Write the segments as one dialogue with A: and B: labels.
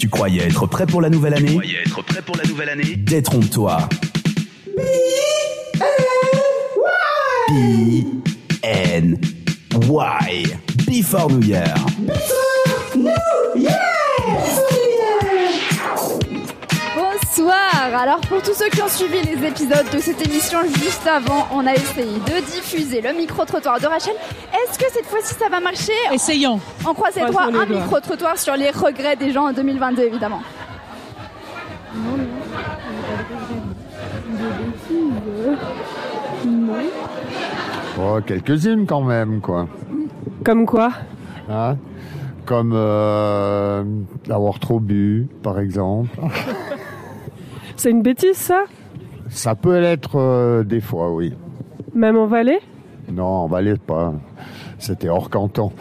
A: Tu croyais être prêt pour la nouvelle année
B: Croyez être prêt pour la nouvelle année
A: Détrompe-toi. B N Y Before New Year.
C: Bonsoir Alors pour tous ceux qui ont suivi les épisodes de cette émission juste avant, on a essayé de diffuser le micro-trottoir de Rachel. Est-ce que cette fois-ci ça va marcher
D: Essayons.
C: On croise les doigts,
D: Croisons les
C: un
D: doigts.
C: micro-trottoir sur les regrets des gens en 2022 évidemment.
E: Oh, quelques-unes quand même, quoi.
F: Comme quoi
E: Hein Comme euh, avoir trop bu, par exemple.
F: C'est une bêtise ça
E: Ça peut l'être euh, des fois, oui.
F: Même en Valais
E: Non, on valait pas. C'était hors canton.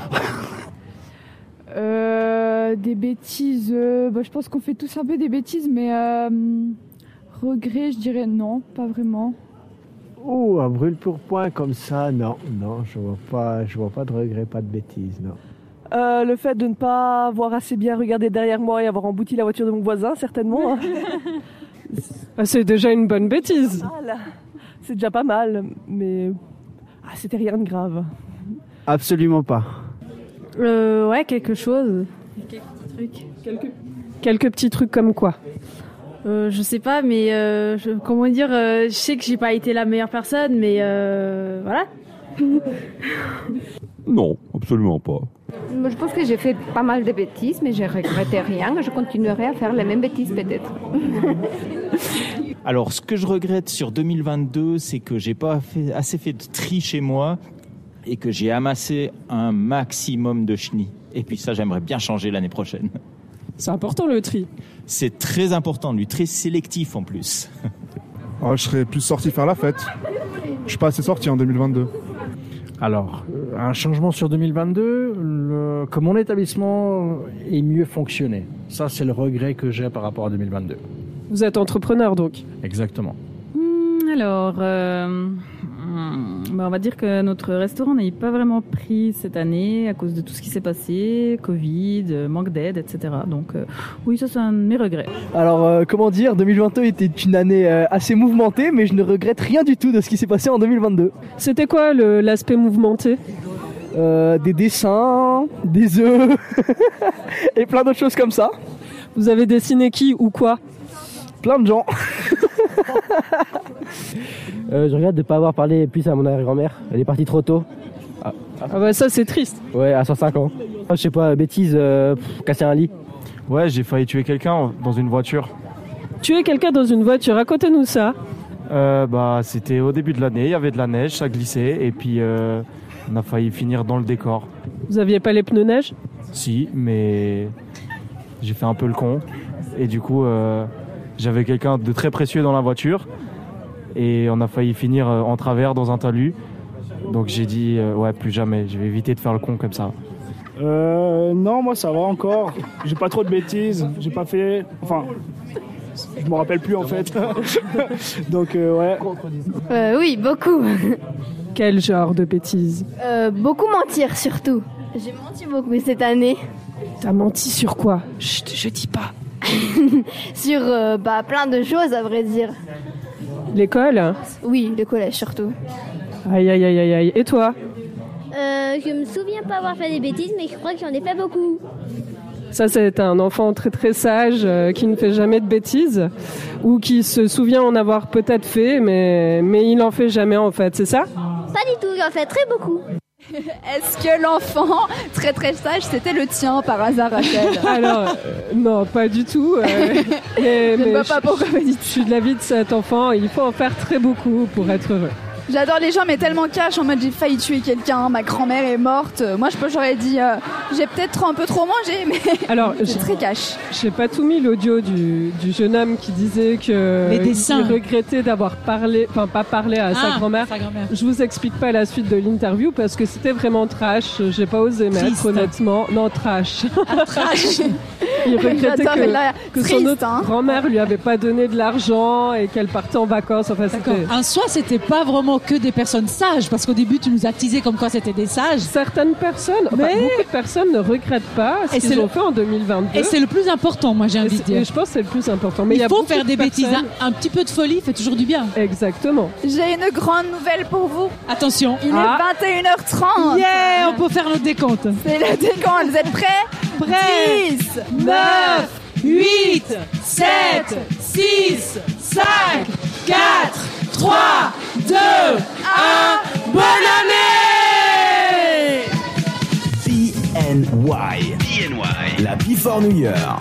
G: Euh, des bêtises. euh, bah, je pense qu'on fait tous un peu des bêtises, mais euh, regret, je dirais non, pas vraiment.
H: Oh, un brûle pour point comme ça, non, non, je vois pas, je vois pas de regret, pas de bêtises, non.
I: Euh, le fait de ne pas avoir assez bien regardé derrière moi et avoir embouti la voiture de mon voisin, certainement. hein.
F: Ah, C'est déjà une bonne bêtise.
I: Ah là, C'est déjà pas mal, mais ah, c'était rien de grave.
H: Absolument pas.
J: Euh, ouais, quelque chose.
F: Quelques petits trucs comme quoi
J: Euh, je sais pas, mais euh, je- comment dire, euh, je sais que j'ai pas été la meilleure personne, mais euh, voilà.
K: Non, absolument pas.
L: Moi, Je pense que j'ai fait pas mal de bêtises, mais je regrettais rien. Je continuerai à faire les mêmes bêtises peut-être.
M: Alors, ce que je regrette sur 2022, c'est que j'ai pas fait- assez fait de tri chez moi et que j'ai amassé un maximum de chenilles. Et puis ça, j'aimerais bien changer l'année prochaine.
D: C'est important le tri.
M: C'est très important, du tri sélectif en plus.
N: Oh, je serais plus sorti faire la fête. Je suis pas assez sorti en 2022.
O: Alors, euh, un changement sur 2022, le- que mon établissement ait mieux fonctionné. Ça, c'est le regret que j'ai par rapport à 2022.
F: Vous êtes entrepreneur donc
O: Exactement.
P: Hmm, Alors, euh, hmm, bah, on va dire que notre restaurant n'est pas vraiment pris cette année à cause de tout ce qui s'est passé, Covid, euh, manque d'aide, etc. Donc, euh, oui, ça, c'est un de mes regrets.
Q: Alors, euh, comment dire, 2022 était une année euh, assez mouvementée, mais je ne regrette rien du tout de ce qui s'est passé en 2022.
F: C'était quoi le- l'aspect mouvementé
Q: Euh, Des dessins, des œufs, et plein d'autres choses comme ça.
F: Vous avez dessiné qui ou quoi
Q: Plein de gens.
R: Euh, je regrette de ne pas avoir parlé plus à mon arrière-grand-mère. Elle est partie trop tôt. Ah,
F: Ah bah ça c'est triste.
R: ouais, à 105 ans. Ah, je sais pas, bêtise, euh, pff, casser un lit.
S: Ouais, j'ai failli tuer quelqu'un dans une voiture.
F: Tuer quelqu'un dans une voiture, racontez-nous ça.
S: Euh, bah, c'était au début de l'année, il y avait de la neige, ça glissait, et puis euh, on a failli finir dans le décor.
F: Vous aviez pas les pneus neige
S: Si, mais j'ai fait un peu le con, et du coup, euh, j'avais quelqu'un de très précieux dans la voiture, et on a failli finir euh, en travers dans un talus. Donc j'ai dit, euh, ouais, plus jamais, je vais éviter de faire le con comme ça.
T: Euh, non, moi ça va encore. J'ai pas trop de bêtises. J'ai pas fait. Enfin, je me rappelle plus en fait. Donc euh, ouais.
F: Euh, oui, beaucoup. Quel genre de bêtise
A: Euh, beaucoup mentir surtout. J'ai menti beaucoup cette année
F: T'as menti sur quoi Chut, je dis pas.
A: sur euh, bah, plein de choses à vrai dire.
F: L'école
A: Oui, le collège surtout.
F: Aïe aïe aïe aïe aïe. Et toi
G: Euh, je me souviens pas avoir fait des bêtises, mais je crois que j'en ai fait beaucoup.
F: Ça, c'est un enfant très très sage euh, qui ne fait jamais de bêtises ou qui se souvient en avoir peut-être fait, mais, mais il n'en fait jamais en fait, c'est ça
G: Pas du tout, j'en fais très beaucoup.
C: Est-ce que l'enfant très très sage c'était le tien par hasard Rachel
F: Alors, euh, non, pas du tout. euh, mais-
C: Je ne
F: mais
C: vois pas pourquoi
F: je, je suis de l'avis de cet enfant, il faut en faire très beaucoup pour être heureux.
C: J'adore les gens mais tellement cash en mode j'ai failli tuer quelqu'un, ma grand-mère est morte. Moi je peux j'aurais dit euh, j'ai peut-être un peu trop mangé mais
F: Alors,
C: c'est très cash.
F: J'ai pas tout mis l'audio du, du jeune homme qui disait que
D: Les dessins.
F: qu'il regrettait d'avoir parlé, enfin pas parlé à sa
D: Ah,
F: grand-mère.
D: sa grand-mère.
F: Je vous explique pas la suite de l'interview parce que c'était vraiment trash. J'ai pas osé mettre
D: Triste.
F: honnêtement. Non trash.
B: Ah,
C: trash.
F: Il regrettait
C: J'adore, mais là,
F: que, que son
C: triste,
F: autre
C: hein.
F: grand-mère lui avait pas donné de l'argent et qu'elle partait en vacances. Enfin,
D: D'accord.
F: c'était
D: Un soi, c'était pas vraiment
B: vraiment Oh, que des personnes sages, parce qu'au début, tu nous as teasé comme quoi c'était des sages.
F: Certaines personnes, enfin, beaucoup de personnes ne regrettent pas ce
B: Et c'est
F: qu'ils ont
B: le-
F: fait en 2022.
B: Et c'est le plus important, moi j'ai envie de dire.
F: Et je pense que c'est le plus important. Mais il y a
B: il faut
F: beaucoup
B: faire
F: de
B: des bêtises. hein.
F: personnes-
B: Un, un petit peu de folie fait toujours du bien.
F: Exactement.
C: J'ai une grande nouvelle pour vous.
B: Attention.
C: Il
B: Ah.
C: est 21h30.
B: Yeah, on peut faire le décompte.
C: C'est le décompte. Vous êtes prêts
B: Prêts.
C: 10, 9,
B: 8, 7, 6, 5, 4, 3, 2, 1. Bonne année
A: BNY. BNY. La Before New Year.